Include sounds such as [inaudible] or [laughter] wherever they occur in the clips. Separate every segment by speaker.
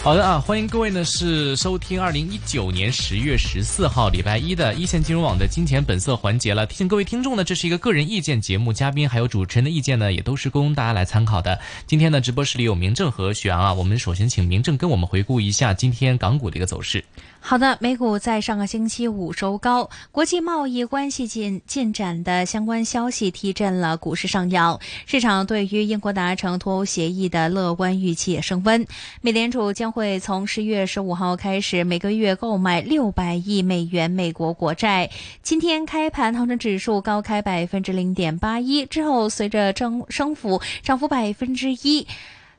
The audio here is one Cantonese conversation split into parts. Speaker 1: 好的啊，欢迎各位呢是收听二零一九年十月十四号礼拜一的一线金融网的金钱本色环节了。提醒各位听众呢，这是一个个人意见节目，嘉宾还有主持人的意见呢也都是供大家来参考的。今天呢，直播室里有明正和许阳啊，我们首先请明正跟我们回顾一下今天港股的一个走势。
Speaker 2: 好的，美股在上个星期五收高，国际贸易关系进进展的相关消息提振了股市上扬，市场对于英国达成脱欧协议的乐观预期也升温。美联储将会从十月十五号开始，每个月购买六百亿美元美国国债。今天开盘，恒生指数高开百分之零点八一，之后随着增升幅涨幅百分之一。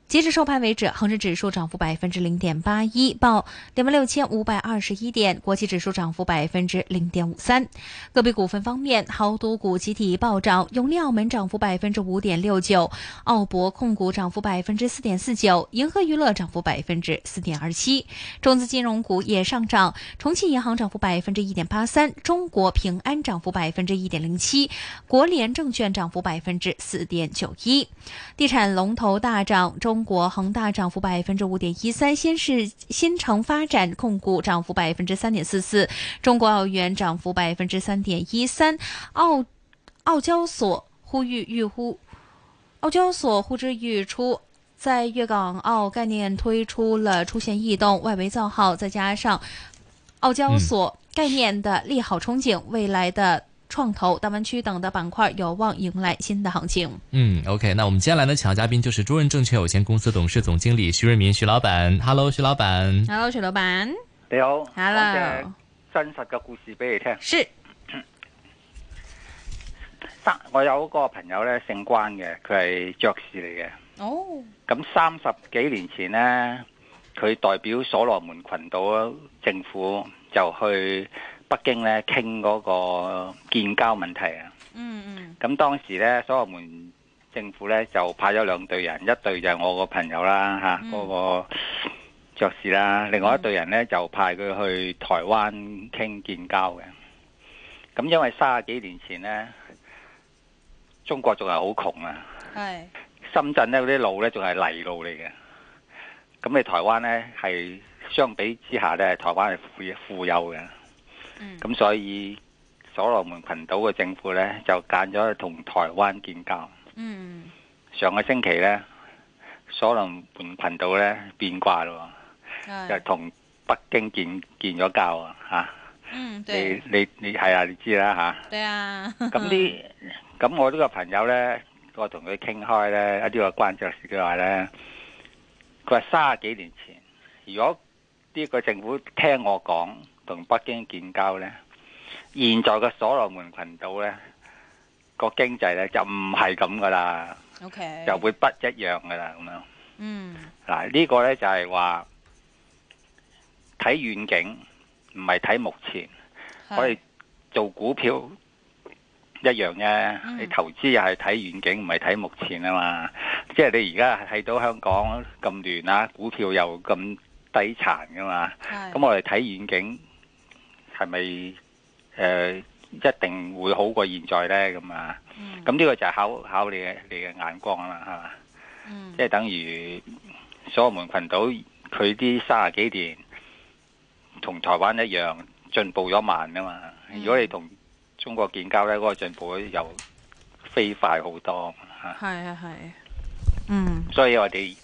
Speaker 2: 截至收盘为止，恒生指数涨幅百分之零点八一，报两万六千五百二十一点；国企指数涨幅百分之零点五三。个别股份方面，豪赌股集体暴涨，永利澳门涨幅百分之五点六九，澳博控股涨幅百分之四点四九，银河娱乐涨幅百分之四点二七。中资金融股也上涨，重庆银行涨幅百分之一点八三，中国平安涨幅百分之一点零七，国联证券涨幅百分之四点九一。地产龙头大涨，中国恒大涨幅百分之五点一三，先是新城发展控股涨幅百分之三点四四，中国奥园涨幅百分之三点一三，澳澳交所呼吁预呼，澳交所呼之欲出。在粤港澳概念推出了出现异动、外围造号，再加上澳交所概念的利好憧憬，未来的创投、大湾区等的板块有望迎来新的行情。
Speaker 1: 嗯，OK，那我们接下来呢，请到嘉宾就是中润证券有限公司董事总经理徐瑞民，徐老板。Hello，徐老板。
Speaker 2: Hello，徐老板，
Speaker 3: 你好，我
Speaker 2: Hello
Speaker 3: 嘅真實嘅故事俾你聽。
Speaker 2: 是
Speaker 3: 三，我有個朋友咧姓關嘅，佢係爵士嚟嘅。
Speaker 2: 哦，
Speaker 3: 咁三十幾年前呢，佢代表所羅門群島政府就去北京咧傾嗰個建交問題啊。
Speaker 2: 嗯
Speaker 3: 咁當時咧，所羅門政府咧就派咗兩隊人，一隊就係我個朋友啦嚇，
Speaker 2: 嗯
Speaker 3: 嗰、個爵士啦，另外一隊人咧就派佢去台灣傾建交嘅。咁因為三十幾年前咧，中國仲係好窮啊，
Speaker 2: 嗯，
Speaker 3: 深圳咧嗰啲路咧仲係泥路嚟嘅。咁你台灣咧係相比之下咧，台灣係富富有嘅。
Speaker 2: 系，嗯
Speaker 3: 咁所以所羅門群島嘅政府呢，就揀咗同台灣建交。
Speaker 2: 嗯，
Speaker 3: 上個星期呢，所羅門群島呢變卦咯，就
Speaker 2: 系，
Speaker 3: 同北京建建咗交啊！嚇，
Speaker 2: 嗯，
Speaker 3: 你
Speaker 2: 对，
Speaker 3: 你你係啊，你知啦嚇。
Speaker 2: 对啊，
Speaker 3: 咁呢，咁我呢個朋友呢，我同佢傾開呢，一啲個關爵士佢話呢，佢話三十幾年前，如果呢個政府聽我講同北京建交呢，現在嘅所羅門群島呢個經濟呢就唔係咁噶啦，
Speaker 2: ，OK，
Speaker 3: 就會不一樣噶啦咁樣。
Speaker 2: 嗯，
Speaker 3: 嗱，呢個呢就係話睇遠景，唔係睇目前。
Speaker 2: 係
Speaker 3: 我哋做股票一樣啫，
Speaker 2: 嗯
Speaker 3: 你投資又係睇遠景，唔係睇目前啊嘛。即係你而家睇到香港咁亂啦，股票又咁低殘噶嘛，
Speaker 2: 係
Speaker 3: 咁我哋睇遠景係咪誒一定會好過現在呢？咁啊，
Speaker 2: 嗯
Speaker 3: 咁呢個就係考考你嘅你嘅眼光啊嘛，係嘛？
Speaker 2: 嗯
Speaker 3: 即係等於所羅門群島佢啲三十幾年同台灣一樣進步咗慢啊嘛。
Speaker 2: 嗯
Speaker 3: 如果你同中國建交呢，嗰、個進步又飛快好多嚇。
Speaker 2: 系啊系，嗯
Speaker 3: 所以我哋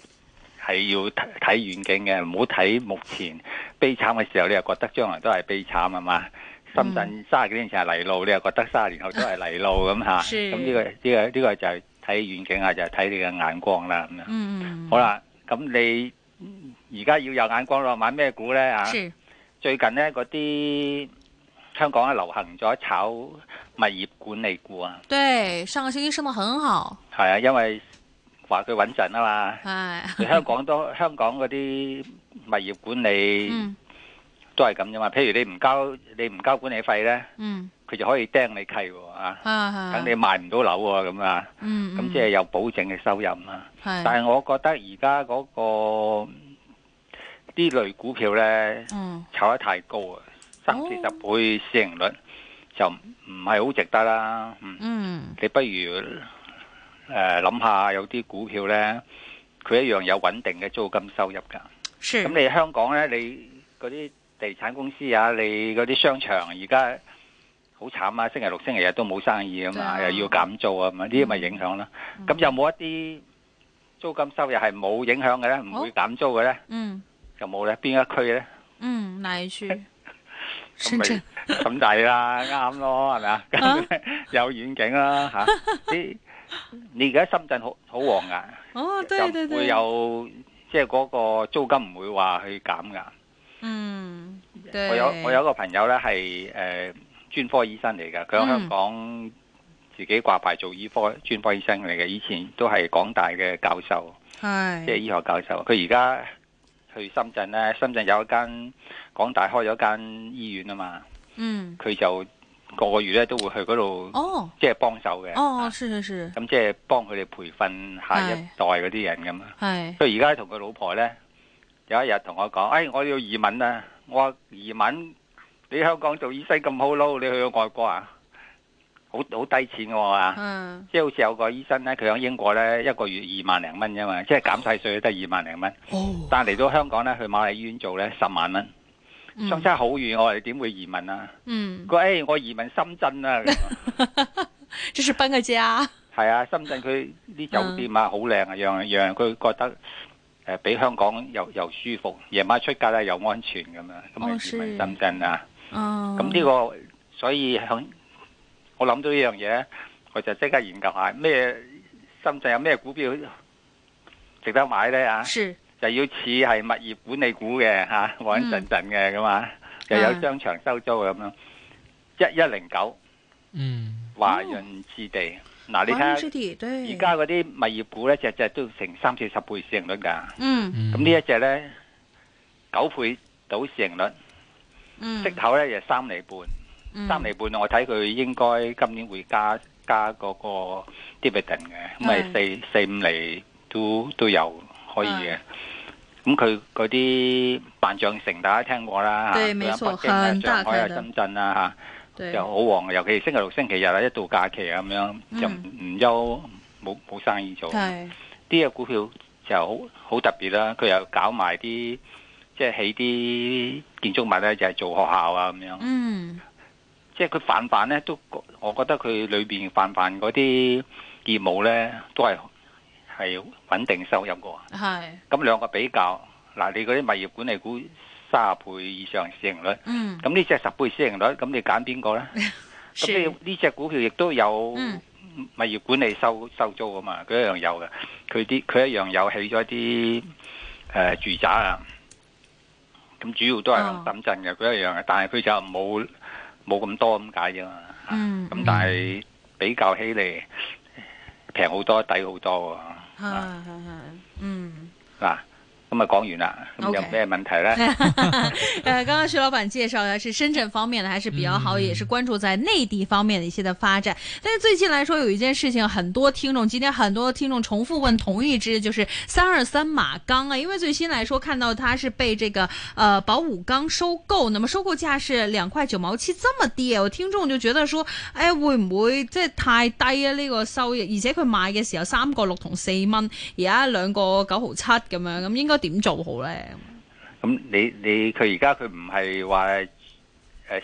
Speaker 3: 係要睇睇遠景嘅，唔好睇目前悲慘嘅時候，你又覺得將來都係悲慘啊嘛。深
Speaker 2: 嗯
Speaker 3: 圳三十幾年前係泥路，你又覺得三十年後都係泥路咁嚇。
Speaker 2: 是
Speaker 3: 咁呢、個呢、個呢、個就係睇遠景啊，就係、睇你嘅眼光啦咁樣。
Speaker 2: 嗯，
Speaker 3: 好，啦，咁你而家要有眼光咯，買咩股呢？啊？
Speaker 2: 是，
Speaker 3: 最近呢嗰啲香港咧流行咗炒物業管理股
Speaker 2: [laughs]
Speaker 3: 啊，
Speaker 2: 对，上个星期升得很好，
Speaker 3: 係啊，因為話佢穩陣啊嘛。
Speaker 2: 哎，
Speaker 3: 你香港都香港嗰啲物業管理
Speaker 2: 嗯
Speaker 3: 都係咁啫嘛。譬如你唔交你唔交管理費咧，
Speaker 2: 嗯
Speaker 3: 佢就可以釘你契喎啊，
Speaker 2: 啊，
Speaker 3: 等你賣唔到樓喎咁啊，
Speaker 2: 嗯
Speaker 3: 咁即係有保證嘅收入啊。
Speaker 2: 係
Speaker 3: 但係我覺得而家嗰個呢類股票咧
Speaker 2: 嗯
Speaker 3: 炒得太高啊，三四十倍市盈率就唔係好值得啦。嗯
Speaker 2: 嗯
Speaker 3: 你不如誒諗下有啲股票呢，佢一樣有穩定嘅租金收入㗎。
Speaker 2: 是
Speaker 3: 咁你香港呢，你嗰啲地產公司啊，你嗰啲商場而家好慘啊！星期六、星期日都冇生意啊
Speaker 2: 對
Speaker 3: 嘛，
Speaker 2: 啊
Speaker 3: 又要減租啊嘛，呢啲咪影響啦。咁、有冇一啲租金收入係冇影響嘅呢？唔會減租嘅呢？
Speaker 2: 嗯
Speaker 3: 有冇呢？邊一區呢？
Speaker 2: 嗯哪一區？
Speaker 3: 咁
Speaker 2: 深圳
Speaker 3: 咪咁滯啦，啱咯，係咪啊？ [laughs] 有遠景啦
Speaker 2: [laughs]
Speaker 3: 嚇！你你而家深圳好好旺噶，
Speaker 2: 哦，
Speaker 3: 就
Speaker 2: 對對
Speaker 3: 唔會
Speaker 2: 對，
Speaker 3: 有即係嗰個租金唔會話去減噶。
Speaker 2: 嗯對，
Speaker 3: 我有我有一個朋友咧係誒專科醫生嚟㗎，
Speaker 2: 嗯
Speaker 3: 佢喺香港自己掛牌做醫科專科醫生嚟嘅，以前都係港大嘅教授，
Speaker 2: 係
Speaker 3: 即係醫學教授。佢而家去深圳咧，深圳有一間港大開咗間醫院啊嘛，
Speaker 2: 嗯
Speaker 3: 佢就個個月咧都會去嗰度
Speaker 2: 哦
Speaker 3: 即係幫手嘅。
Speaker 2: 哦是是是
Speaker 3: 咁即係幫佢哋培訓下一代嗰啲人咁啊。
Speaker 2: 係
Speaker 3: 佢而家同佢老婆呢，有一日同我講：，哎，我要移民啊！我話移民，你香港做醫生咁好撈，你去到外國啊，好好低錢嘅喎啊！
Speaker 2: 嗯
Speaker 3: 即係好似有個醫生呢，佢喺英國呢，一個月二萬零蚊啫嘛，即係減晒税都得二萬零蚊。
Speaker 2: 哦
Speaker 3: 但係嚟到香港呢，去瑪麗醫院做呢，十萬蚊，相差好遠。我話你點會移民啊？
Speaker 2: 嗯
Speaker 3: 佢話：，哎，我移民深圳啊！咁啊
Speaker 2: 這是搬個家
Speaker 3: 係啊，深圳佢啲酒店啊好靚啊，樣樣佢覺得誒、呃比香港又又舒服，夜晚出街咧又安全咁樣，咁
Speaker 2: 哦
Speaker 3: 咪移
Speaker 2: 是
Speaker 3: 民深圳啊。
Speaker 2: 哦
Speaker 3: 咁呢、個所以響我諗到呢樣嘢，我就即刻研究下咩深圳有咩股票值得買呢？啊！
Speaker 2: 是
Speaker 3: 就要似係物業管理股嘅嚇，穩陣陣嘅咁啊，又有商場收租咁樣，一一零九
Speaker 1: 嗯，
Speaker 3: 華潤置地嗱，你睇
Speaker 2: 華潤
Speaker 3: 下
Speaker 2: 置。地對
Speaker 3: 而家嗰啲物業股咧，隻隻都成三四十倍市盈率㗎。
Speaker 2: 嗯
Speaker 1: 嗯
Speaker 3: 咁呢一隻咧九倍到市盈率，
Speaker 2: 嗯
Speaker 3: 息口咧就三厘半，
Speaker 2: 嗯
Speaker 3: 三厘半我睇佢應該今年會加加嗰個 dividend 嘅，咁
Speaker 2: 嗯
Speaker 3: 咪四四五厘都都有可以嘅。
Speaker 2: 嗯
Speaker 3: 咁佢嗰啲辦象城大家聽過啦嚇，
Speaker 2: 對
Speaker 3: 佢
Speaker 2: 沒
Speaker 3: 喺
Speaker 2: 錯
Speaker 3: 北京啊
Speaker 2: 很大
Speaker 3: 上海啊、
Speaker 2: 塊的
Speaker 3: 深圳啊嚇。
Speaker 2: 對
Speaker 3: 又好旺，尤其星期六、星期日啊，一到假期啊咁樣就唔休冇冇生意做。呢
Speaker 2: 嗯係
Speaker 3: 只股票就好好特別啦，佢又搞埋啲即係起啲建築物咧，就係做學校啊咁樣。
Speaker 2: 嗯
Speaker 3: 即係佢泛泛咧都，我覺得佢裏邊泛泛嗰啲業務咧都係係穩定收入嘅喎。
Speaker 2: 係
Speaker 3: 咁兩個比較，嗱你嗰啲物業管理股三十倍以上市盈率，
Speaker 2: 嗯
Speaker 3: 咁呢只十倍市盈率，咁你揀邊個咧？
Speaker 2: 是
Speaker 3: 咁你呢只股票亦都有
Speaker 2: 嗯
Speaker 3: 物業管理收收租啊嘛，佢一樣有嘅，佢啲佢一樣有起咗啲誒住宅啊，咁主要都係
Speaker 2: 哦
Speaker 3: 響深圳嘅，佢一樣嘅，但係佢就冇冇咁多咁解啫嘛。
Speaker 2: 嗯
Speaker 3: 啊咁但係比較起嚟平好多，抵好多
Speaker 2: 係係係嗯。
Speaker 3: 喎。嗱，咁啊講完啦，咁
Speaker 2: OK
Speaker 3: 有咩問題咧？
Speaker 2: [laughs] 呃，刚刚徐老板介绍的是深圳方面呢，还是比较好，
Speaker 1: 嗯
Speaker 2: 也是关注在内地方面的一些的发展。但是最近来说，有一件事情，很多听众今天很多听众重复问同一只，就是三二三马钢啊，因为最新来说看到它是被这个呃宝武钢收购，那么收购价是两块九毛七，这么低啊，有听众就觉得说，哎，会唔会即係太低啊？呢、個收益，而且佢買嘅時候三個六同四蚊，而家兩個九毫七咁樣，咁應該點做好呢？
Speaker 3: 咁你你佢而家佢唔係話誒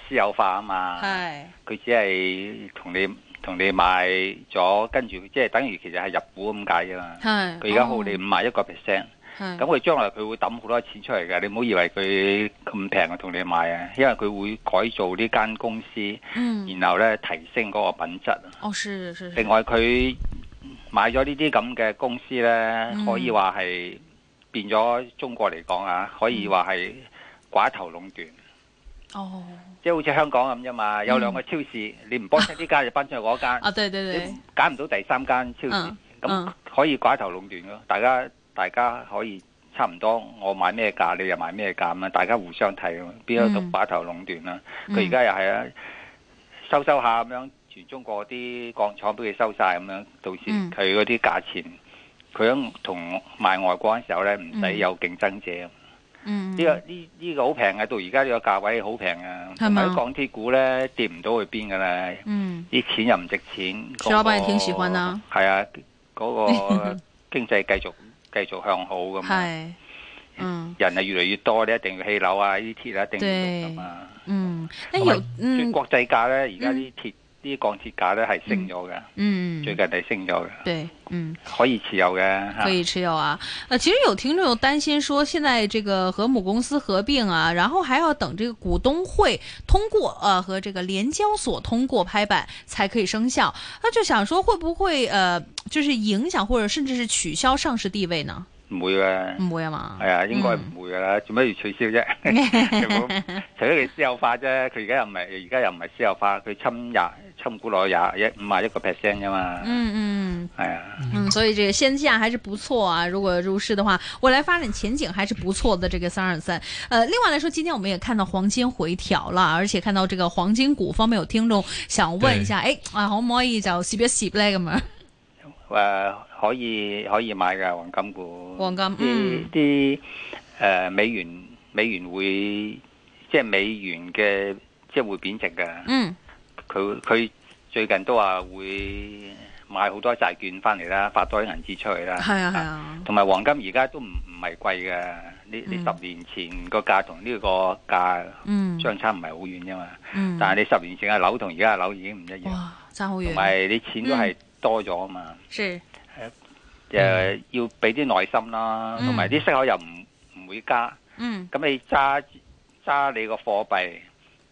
Speaker 3: 私有化啊嘛，
Speaker 2: 係
Speaker 3: 佢只係同你同你買咗，跟住即係等於其實係入股咁解啫嘛。
Speaker 2: 係。
Speaker 3: 佢而家
Speaker 2: 哦
Speaker 3: 好你五十一個 percent，
Speaker 2: 係
Speaker 3: 咁佢將來佢會抌好多錢出嚟嘅，你唔好以為佢咁平啊同你買啊，因為佢會改造呢間公司，
Speaker 2: 嗯，
Speaker 3: 然後咧提升嗰個品質。
Speaker 2: 哦，是是是，
Speaker 3: 另外佢買咗呢啲咁嘅公司呢，
Speaker 2: 嗯
Speaker 3: 可以話係變咗中國嚟講啊，可以話係寡頭壟斷，
Speaker 2: 哦，
Speaker 3: 即係好似香港咁啫嘛，有兩個超市，你唔幫襯呢間就幫襯
Speaker 2: [laughs]
Speaker 3: 嗰間，
Speaker 2: 啊，對對對
Speaker 3: 你，揀唔到第三間超市
Speaker 2: 嗯，
Speaker 3: 咁
Speaker 2: 嗯
Speaker 3: 可以寡頭壟斷咯，大家大家可以差唔多，我買咩價你又買咩價咁啊，大家互相睇啊，邊有
Speaker 2: 嗯
Speaker 3: 到把頭壟斷啦？
Speaker 2: 嗯
Speaker 3: 佢而家又係啊，收收下咁樣，全中國啲鋼廠俾佢收晒咁樣，到時
Speaker 2: 嗯
Speaker 3: 佢嗰啲價錢，佢喺同賣外國嘅時候咧，唔使
Speaker 2: 嗯
Speaker 3: 有競爭者。
Speaker 2: 嗯，
Speaker 3: 呢、個呢呢、個好平嘅，到而家呢個價位好平啊！
Speaker 2: 係
Speaker 3: 同
Speaker 2: 嘛
Speaker 3: 埋啲鋼鐵股咧跌唔到去邊㗎啦，
Speaker 2: 嗯
Speaker 3: 啲錢又唔值錢。
Speaker 2: 徐
Speaker 3: 嗰
Speaker 2: 老闆也
Speaker 3: 個
Speaker 2: 挺喜歡啊。
Speaker 3: 係啊，嗰、
Speaker 2: [laughs]
Speaker 3: 個經濟繼續繼續向好咁啊。
Speaker 2: 係，嗯
Speaker 3: 人係越嚟越多，你一定要起樓啊！呢啲鐵啊一定要
Speaker 2: 對
Speaker 3: 用㗎嘛。
Speaker 2: 嗯，那
Speaker 3: 同
Speaker 2: 有
Speaker 3: 埋
Speaker 2: 嗯
Speaker 3: 國際價咧，而家啲鐵啲鋼鐵價咧係升咗嘅，
Speaker 2: 嗯
Speaker 3: 最近係升咗嘅，
Speaker 2: 對嗯。
Speaker 3: 可以持有嘅嚇
Speaker 2: 可以持有啊。呃，其实有听众有担心说，现在这个和母公司合并啊，然后还要等这个股东会通过，呃，和这个联交所通过拍板才可以生效。那就想说，会不会呃，就是影响或者甚至是取消上市地位呢？
Speaker 3: 唔會嘅。
Speaker 2: 唔會啊嘛？
Speaker 3: 係啊，應該唔會噶
Speaker 2: 嗯
Speaker 3: 啦，做咩要取消啫？
Speaker 2: [laughs]
Speaker 3: 如果除咗佢私有化啫，佢而家又唔係，而家又唔係私有化，佢侵廿侵股內廿一五啊一個 percent 啫嘛，
Speaker 2: 嗯嗯
Speaker 3: 係啊，
Speaker 2: 嗯，所以这个先价还是不错啊。如果入市的话，未来发展前景还是不错的。这个三二三，呃，另外来说，今天我们也看到黄金回调了，而且看到这个黄金股方面有听众想问一下，哎，啊，可唔可以就攝一攝咧咁樣？
Speaker 3: 誒呃可以可以買嘅黃金股，
Speaker 2: 黃金嗯
Speaker 3: 啲啲誒美元美元會即係美元嘅即係會貶值嘅，
Speaker 2: 嗯
Speaker 3: 佢佢最近都話會買好多債券翻嚟啦，發多啲銀紙出去啦，
Speaker 2: 係啊係啊，
Speaker 3: 同埋黃金而家都唔唔係貴嘅，呢
Speaker 2: 嗯
Speaker 3: 呢十年前個價同呢個價
Speaker 2: 嗯
Speaker 3: 相差唔係好遠啫嘛。
Speaker 2: 嗯，
Speaker 3: 但係你十年前嘅樓同而家嘅樓已經唔一樣，
Speaker 2: 哇，爭好
Speaker 3: 同
Speaker 2: 遠，
Speaker 3: 埋你錢都係多咗啊嘛。
Speaker 2: 是
Speaker 3: 誒、呃要俾啲耐心啦，
Speaker 2: 嗯
Speaker 3: 同埋啲息口又唔唔會加。
Speaker 2: 嗯
Speaker 3: 咁你揸揸你個貨幣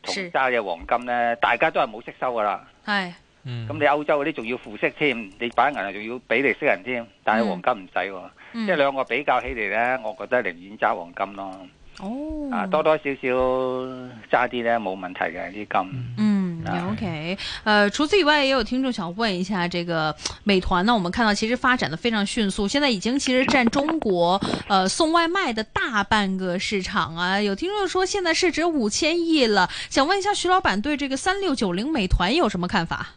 Speaker 3: 同
Speaker 2: 是
Speaker 3: 揸嘅黃金呢，大家都係冇息收噶啦。
Speaker 2: 係
Speaker 1: 嗯
Speaker 3: 咁你歐洲嗰啲仲要負息添，你擺銀行仲要俾利息人添，但係
Speaker 2: 嗯
Speaker 3: 黃金唔使喎。
Speaker 2: 嗯
Speaker 3: 即係兩個比較起嚟呢，我覺得寧願揸黃金咯，
Speaker 2: 哦
Speaker 3: 啊多多少少揸啲呢，冇問題嘅啲金。
Speaker 2: 嗯
Speaker 3: 啊
Speaker 2: ，OK，呃，除此以外，也有听众想问一下，这个美团呢，我们看到其实发展的非常迅速，现在已经其实占中国呃送外卖的大半个市场啊。有听众说现在市值五千亿了，想问一下徐老板对这个三六九零美团有什么看法？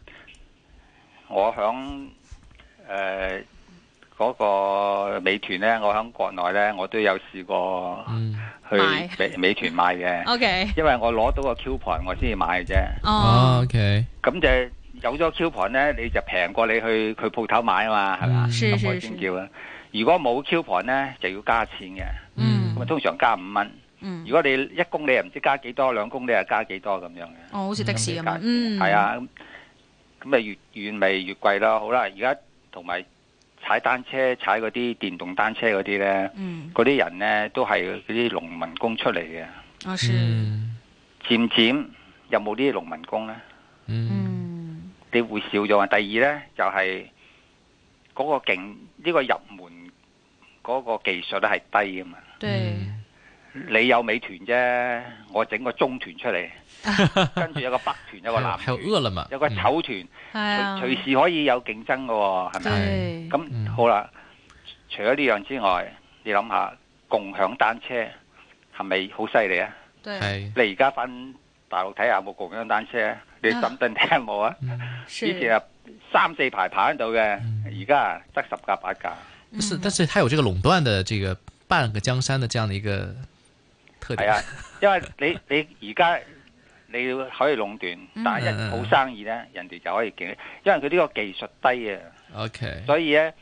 Speaker 3: 我響誒嗰個美團呢，我響國內呢，我都有試過
Speaker 1: 嗯
Speaker 3: 去
Speaker 2: 買哦
Speaker 3: 美美團買嘅，
Speaker 2: ？OK，
Speaker 3: 因為我攞到個 coupon 我先至買嘅啫。
Speaker 1: 啊
Speaker 2: 哦，
Speaker 1: ，OK，
Speaker 3: 咁就有咗 coupon 呢，你就平過你去佢鋪頭買啊嘛，係嘛
Speaker 1: 嗯？
Speaker 2: 是
Speaker 3: 咁我
Speaker 2: 是
Speaker 3: 先
Speaker 2: 是，
Speaker 3: 叫啊。如果冇 coupon 呢，就要加錢嘅，
Speaker 2: 嗯
Speaker 3: 咁啊通常加五蚊。
Speaker 2: 嗯
Speaker 3: 如，果你一公里又唔知加幾多，兩公里又加幾多咁樣嘅，
Speaker 2: 哦，好似的士咁樣
Speaker 3: 咁嘅價錢
Speaker 2: 嗯，
Speaker 3: 係，啊，咁咁咪越遠咪越貴咯。好啦，而家同埋踩單車、踩嗰啲電動單車嗰啲呢，
Speaker 2: 嗯，
Speaker 3: 嗰啲人呢都係嗰啲農民工出嚟嘅。
Speaker 2: 啊是，
Speaker 1: 嗯
Speaker 3: 漸漸有冇呢啲農民工呢？
Speaker 1: 嗯
Speaker 2: 嗯
Speaker 3: 你會少咗啊。第二呢，就係、嗰個勁，呢、個入門嗰個技術咧係低啊嘛。
Speaker 1: 嗯
Speaker 2: 對，
Speaker 3: 你有美團啫，我整個中團出嚟，跟住有個北團，有個南
Speaker 1: 還
Speaker 3: 團
Speaker 1: 有。餓了麼，嗯
Speaker 3: 有個醜團，
Speaker 2: 係啊，
Speaker 3: 隨隨時可以有競爭嘅喎，係咪啊？
Speaker 2: 對，
Speaker 1: 嗯
Speaker 3: 咁好啦，除咗呢樣之外，你諗下共享單車係咪好犀利啊？
Speaker 1: 嗯，
Speaker 2: 對，
Speaker 1: 係，
Speaker 3: 你而家翻大陸睇下有冇共享單車啊？你去深 [laughs] 圳睇下有冇啊？
Speaker 1: 嗯
Speaker 3: 以前
Speaker 2: 是，
Speaker 3: 啊三四排排喺度嘅，而家啊得十架八架。
Speaker 1: 但是
Speaker 2: 嗯
Speaker 1: 但是它有這個壟斷的這個半個江山的這樣的一個特
Speaker 3: 係
Speaker 1: 點，
Speaker 3: 啊，因為你 [laughs] 你而家你可以壟斷，
Speaker 2: 嗯
Speaker 3: 但係一好生意呢，人哋就可以競，因為佢呢個技術低啊。
Speaker 1: OK，
Speaker 3: 所以咧，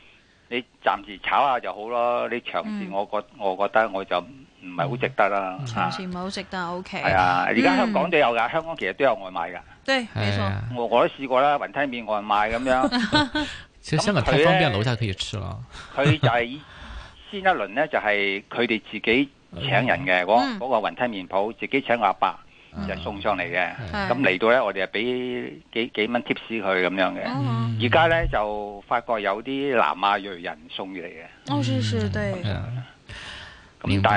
Speaker 3: 你暫時炒下就好咯。你長
Speaker 2: 嗯
Speaker 3: 線，我覺我覺得我就唔係好值得啦。啊
Speaker 2: 長線唔係嗯好值得，OK。
Speaker 3: 係啊，而家香港都有㗎，香港其實都有外賣㗎。
Speaker 2: 對，沒
Speaker 1: 哎
Speaker 2: 錯，
Speaker 1: 呀
Speaker 3: 我我都試過啦，雲吞麵外賣咁樣，
Speaker 1: 其實香港太方便，樓下可以吃了。
Speaker 3: 佢就係先一輪呢，就係佢哋自己請人嘅，嗰
Speaker 2: 嗯
Speaker 3: 嗰個雲吞麵鋪自己請個阿伯
Speaker 1: 嗯
Speaker 3: 就送
Speaker 2: 哦
Speaker 3: 上嚟嘅。
Speaker 2: 係
Speaker 3: 咁嚟到呢，我哋就俾幾幾蚊 tips 佢咁樣嘅。
Speaker 2: 嗯
Speaker 3: 而家呢，就發覺有啲南亞裔人送嚟嘅。
Speaker 2: 哦，是是，對，
Speaker 1: 嗯
Speaker 3: 咁
Speaker 1: 明白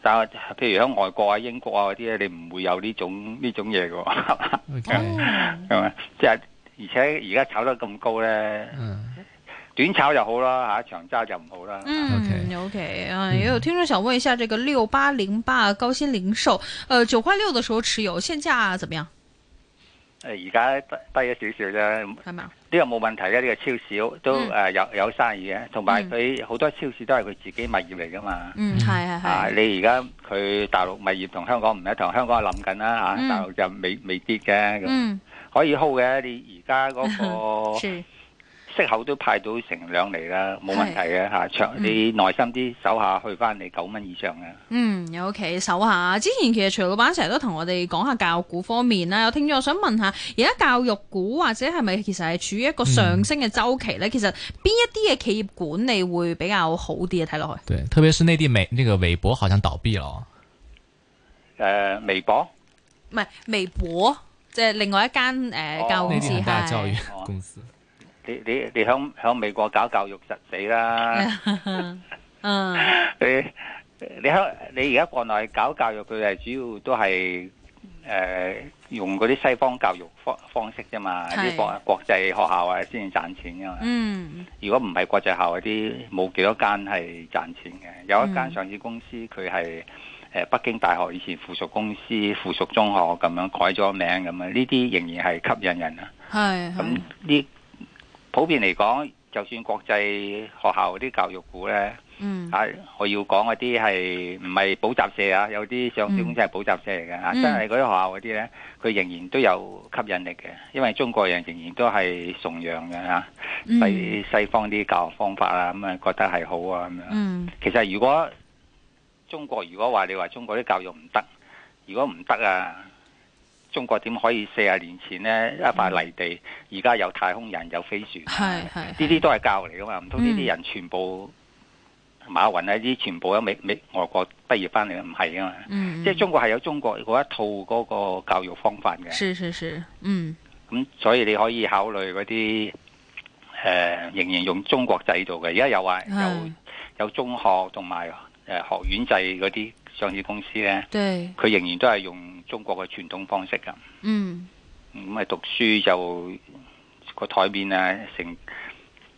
Speaker 3: 但係但係譬如喺外國啊、英國啊嗰啲咧，你唔會有呢種呢種嘢嘅喎， [laughs]
Speaker 1: 哎，OK，
Speaker 2: 哦，
Speaker 3: 係咪？即係而且而家炒得咁高咧，
Speaker 1: 嗯，
Speaker 3: 短炒就好啦，吓長揸就唔好啦。
Speaker 1: OK
Speaker 2: 嗯，OK 啊，
Speaker 1: 嗯
Speaker 2: 也有听众想问一下，这个六八零八高鑫零售，呃，九块六的时候持有，现价怎么样？
Speaker 3: 呃誒而家低低咗少少啫，
Speaker 2: 系咪啊？
Speaker 3: 呢個冇問題嘅，呢、個超市都
Speaker 2: 嗯
Speaker 3: 誒、呃有有生意嘅，同埋
Speaker 2: 嗯
Speaker 3: 佢好多超市都係佢自己物業嚟噶嘛。
Speaker 2: 嗯，系
Speaker 3: 啊！
Speaker 2: 系系，
Speaker 3: 你而家佢大陸物業同香港唔一樣，香港係冧緊啦
Speaker 2: 嗯
Speaker 3: 嚇，大陸就未未跌嘅，咁
Speaker 2: 嗯，
Speaker 3: 可以 hold 嘅。你而家嗰
Speaker 2: [laughs]
Speaker 3: 個
Speaker 2: 是，
Speaker 3: 息口都派到成兩厘啦，冇問題嘅嚇。長
Speaker 2: 嗯
Speaker 3: 你耐心啲守下，去翻你九蚊以上嘅。
Speaker 2: 嗯，OK，手下。之前其實徐老闆成日都同我哋講下教育股方面啦，有聽眾想問下，而家教育股或者係咪其實係處於一個上升嘅周期呢？其實邊一啲嘅企業管理會比較好啲啊？睇落去，
Speaker 1: 对，特别是内地美那个韦博好像倒闭了哦，
Speaker 3: 誒、呃微博
Speaker 2: 唔係微博，即係另外一間誒、呃
Speaker 3: 哦
Speaker 2: 教育
Speaker 1: 内
Speaker 2: 公
Speaker 1: 地
Speaker 2: 司
Speaker 1: 很大
Speaker 2: 係
Speaker 1: 教
Speaker 2: [laughs]
Speaker 1: 育
Speaker 3: 哦
Speaker 1: 公司。
Speaker 3: 你你你響響美國搞教育實死啦！
Speaker 2: 嗯
Speaker 3: 你你香你而家國內搞教育，佢係主要都係誒、呃用嗰啲西方教育方方式啫嘛，
Speaker 2: 係
Speaker 3: 啲國國際學校啊先賺錢噶嘛。
Speaker 2: 嗯
Speaker 3: 如果唔係國際校嗰啲，冇幾多間係賺錢嘅。有一間
Speaker 2: 嗯
Speaker 3: 上市公司，佢係誒北京大學以前附屬公司、附屬中學咁樣改咗名咁啊，呢啲仍然係吸引人啊。
Speaker 2: 係
Speaker 3: 咁
Speaker 2: 係
Speaker 3: 呢普遍嚟講，就算國際學校嗰啲教育股呢。
Speaker 2: 嗯
Speaker 3: 啊！我要講嗰啲係唔係補習社啊？有啲上市公司係補習社嚟嘅啊！
Speaker 2: 嗯
Speaker 3: 真係嗰啲學校嗰啲呢，佢仍然都有吸引力嘅，因為中國人仍然都係崇洋嘅嚇，
Speaker 2: 嗯
Speaker 3: 西西方啲教學方法啊，咁啊覺得係好啊咁樣。
Speaker 2: 嗯
Speaker 3: 其實如果中國如果話你話中國啲教育唔得，如果唔得啊，中國點可以四十年前呢一塊泥地，而家有太空人有飛船啊？
Speaker 2: 嗯係係
Speaker 3: 呢啲都係教嚟噶嘛，唔通呢
Speaker 2: 嗯
Speaker 3: 啲人全部馬雲啊，呢啲全部喺美美外國畢業翻嚟，唔係噶嘛。
Speaker 2: 嗯，
Speaker 3: 即係中國係有中國嗰一套嗰個教育方法嘅，
Speaker 2: 是是是，嗯
Speaker 3: 咁所以你可以考慮嗰啲誒仍然用中國制度嘅。而家有話有
Speaker 2: 係
Speaker 3: 有中學同埋誒學院制嗰啲上市公司咧，
Speaker 2: 對，
Speaker 3: 佢仍然都係用中國嘅傳統方式㗎。
Speaker 2: 嗯
Speaker 3: 咁啊讀書就個台面啊，成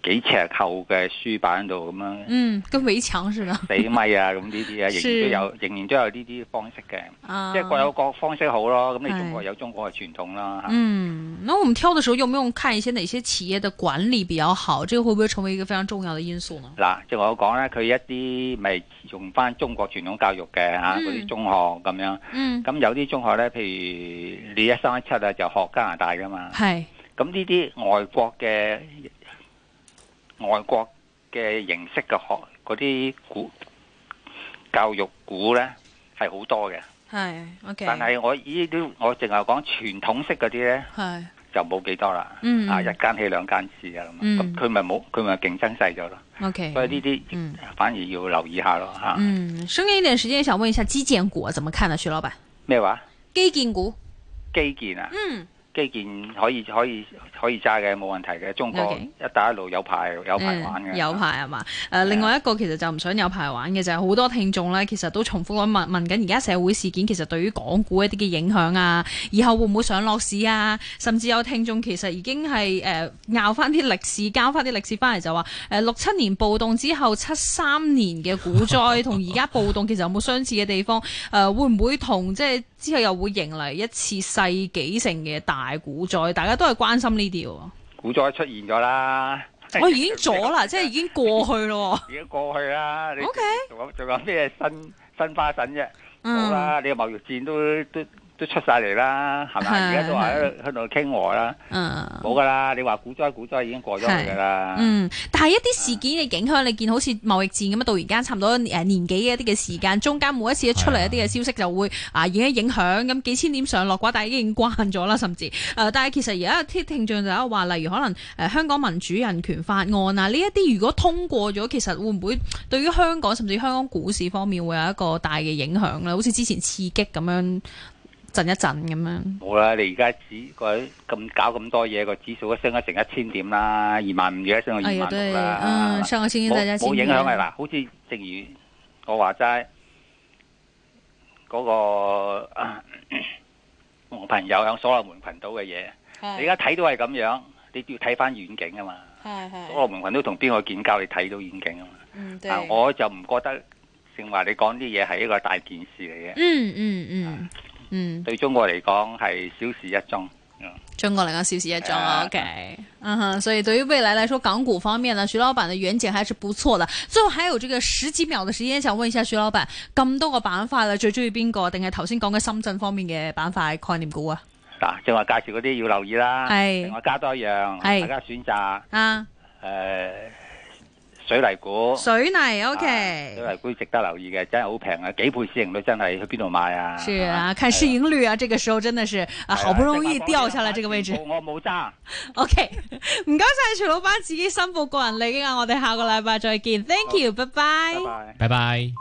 Speaker 3: 幾尺厚嘅書板度咁樣
Speaker 2: 嗯，跟圍牆似的
Speaker 3: 幾米啊，咁呢啲啊，
Speaker 2: 是
Speaker 3: 仍然都有，仍然都有呢啲方式嘅，
Speaker 2: 啊，
Speaker 3: 即係各有各方式好咯。咁你
Speaker 2: 係
Speaker 3: 中國有中國嘅傳統啦，嚇
Speaker 2: 嗯，那我们挑的时候用不用看一些哪些企业的管理比较好？这个会不会成为一个非常重要的因素呢？
Speaker 3: 嗱，即係我講咧，佢一啲咪用翻中國傳統教育嘅嚇，
Speaker 2: 嗯
Speaker 3: 嗰啲中學咁樣。
Speaker 2: 嗯，
Speaker 3: 咁有啲中學咧，譬如你一三一七啊，就學加拿大噶嘛。
Speaker 2: 系，
Speaker 3: 咁呢啲外國嘅外國嘅形式嘅學嗰啲股教育股呢係好多嘅，
Speaker 2: 系，OK，
Speaker 3: 但係我依啲我淨係講傳統式嗰啲呢，
Speaker 2: 系，
Speaker 3: 就冇幾多啦。
Speaker 2: 嗯
Speaker 3: 啊，一間起兩間止啊，咁
Speaker 2: 嗯
Speaker 3: 咁佢咪冇佢咪競爭細咗咯。
Speaker 2: ，OK，
Speaker 3: 所以呢啲
Speaker 2: 嗯
Speaker 3: 反而要留意下咯嚇。
Speaker 2: 嗯，剩下一点时间，想问一下基建股怎么看呢？徐老板，
Speaker 3: 咩話？
Speaker 2: 基建股，
Speaker 3: 基建啊，
Speaker 2: 嗯
Speaker 3: 基建可以可以可以揸嘅，冇問題嘅。中國
Speaker 2: OK
Speaker 3: 一帶一路有排有排玩嘅。啊
Speaker 2: 嗯，有排係嘛？誒，另外一個其實就唔想有排玩嘅就係好多聽眾咧，其實都重複咁問問緊而家社會事件其實對於港股一啲嘅影響啊，以後會唔會上落市啊？甚至有聽眾其實已經係誒拗翻啲歷史，交翻啲歷史翻嚟就話誒六七年暴動之後七三年嘅股災同而家暴動其實有冇相似嘅地方？誒、呃會唔會同即係之後又會迎嚟一次世紀性嘅大股災？大家都係關心呢啲喎。
Speaker 3: 股災出現咗啦，
Speaker 2: 我哦已經咗
Speaker 3: [laughs]
Speaker 2: 啦，即係已經過去咯。
Speaker 3: 已經過去啦。你
Speaker 2: OK
Speaker 3: 仲有仲有咩新新花神啫？好
Speaker 2: 嗯
Speaker 3: 啦，你貿易戰都都都出晒嚟啦，係咪？
Speaker 2: 係
Speaker 3: 而家都話喺喺度傾和啦，
Speaker 2: 嗯
Speaker 3: 冇噶啦。你話股災股災已經過咗去噶啦。
Speaker 2: 嗯，但係一啲事件嘅影響，你見好似貿易戰咁啊，到而家差唔多誒年幾嘅一啲嘅時間，中間每一次一出嚟一啲嘅消息就會啊已經影響咁幾千點上落啩，但係已經慣咗啦，甚至誒、呃但係其實而家有啲聽眾就有話，例如可能誒、呃香港民主人權法案啊，呢一啲如果通過咗，其實會唔會對於香港甚至香港股市方面會有一個大嘅影響咧？好似之前刺激咁樣震一震咁樣，
Speaker 3: 冇啦，你而家指個咁搞咁多嘢，個指數都升咗成一千點啦，二萬五而家升到
Speaker 2: 哎
Speaker 3: 二
Speaker 2: 呀，
Speaker 3: 萬
Speaker 2: 對，嗯，
Speaker 3: 六啦，
Speaker 2: 上個星期大
Speaker 3: 冇
Speaker 2: 家
Speaker 3: 冇
Speaker 2: 今
Speaker 3: 影
Speaker 2: 天
Speaker 3: 響係嗱，好似正如我話齋嗰個 [coughs] 我朋友喺所羅門群島嘅嘢，你而家睇到係咁樣，你都要睇翻遠景啊嘛。
Speaker 2: 係
Speaker 3: 所
Speaker 2: 係，
Speaker 3: 羅門群都同邊個建交，你睇到遠景啊嘛。
Speaker 2: 嗯對，
Speaker 3: 啊，我就唔覺得正話你講啲嘢係一個大件事嚟嘅，
Speaker 2: 嗯嗯嗯嗯，
Speaker 3: 對中國嚟講係小事一樁。
Speaker 2: 中國嚟講小事一樁
Speaker 3: 啊
Speaker 2: ，OK，嗯哼，所以對於未來來說，港股方面呢，徐老闆的遠景還是不錯的。最後還有這個十幾秒的時間，想問一下徐老闆，咁多個板塊啦，最中意邊個？定係頭先講嘅深圳方面嘅板塊概念股啊？
Speaker 3: 嗱，正話介紹嗰啲要留意啦。
Speaker 2: 係
Speaker 3: 另外加多一樣，
Speaker 2: 係
Speaker 3: 大家選擇
Speaker 2: 啊，
Speaker 3: 誒水泥股。
Speaker 2: 水泥
Speaker 3: 哦啊水
Speaker 2: ，OK，
Speaker 3: 泥股值得留意嘅，真係好平啊！幾倍市盈率真係去邊度買啊？
Speaker 2: 是
Speaker 3: 係
Speaker 2: 啊，看市盈率啊，這個時候真的是啊，好不容易掉下來這個位置。
Speaker 3: 我冇揸。
Speaker 2: OK，唔該晒徐老闆自己申報個人利益啊，我哋下個禮拜再見，Thank you，拜拜
Speaker 3: 拜。拜。
Speaker 1: 拜拜。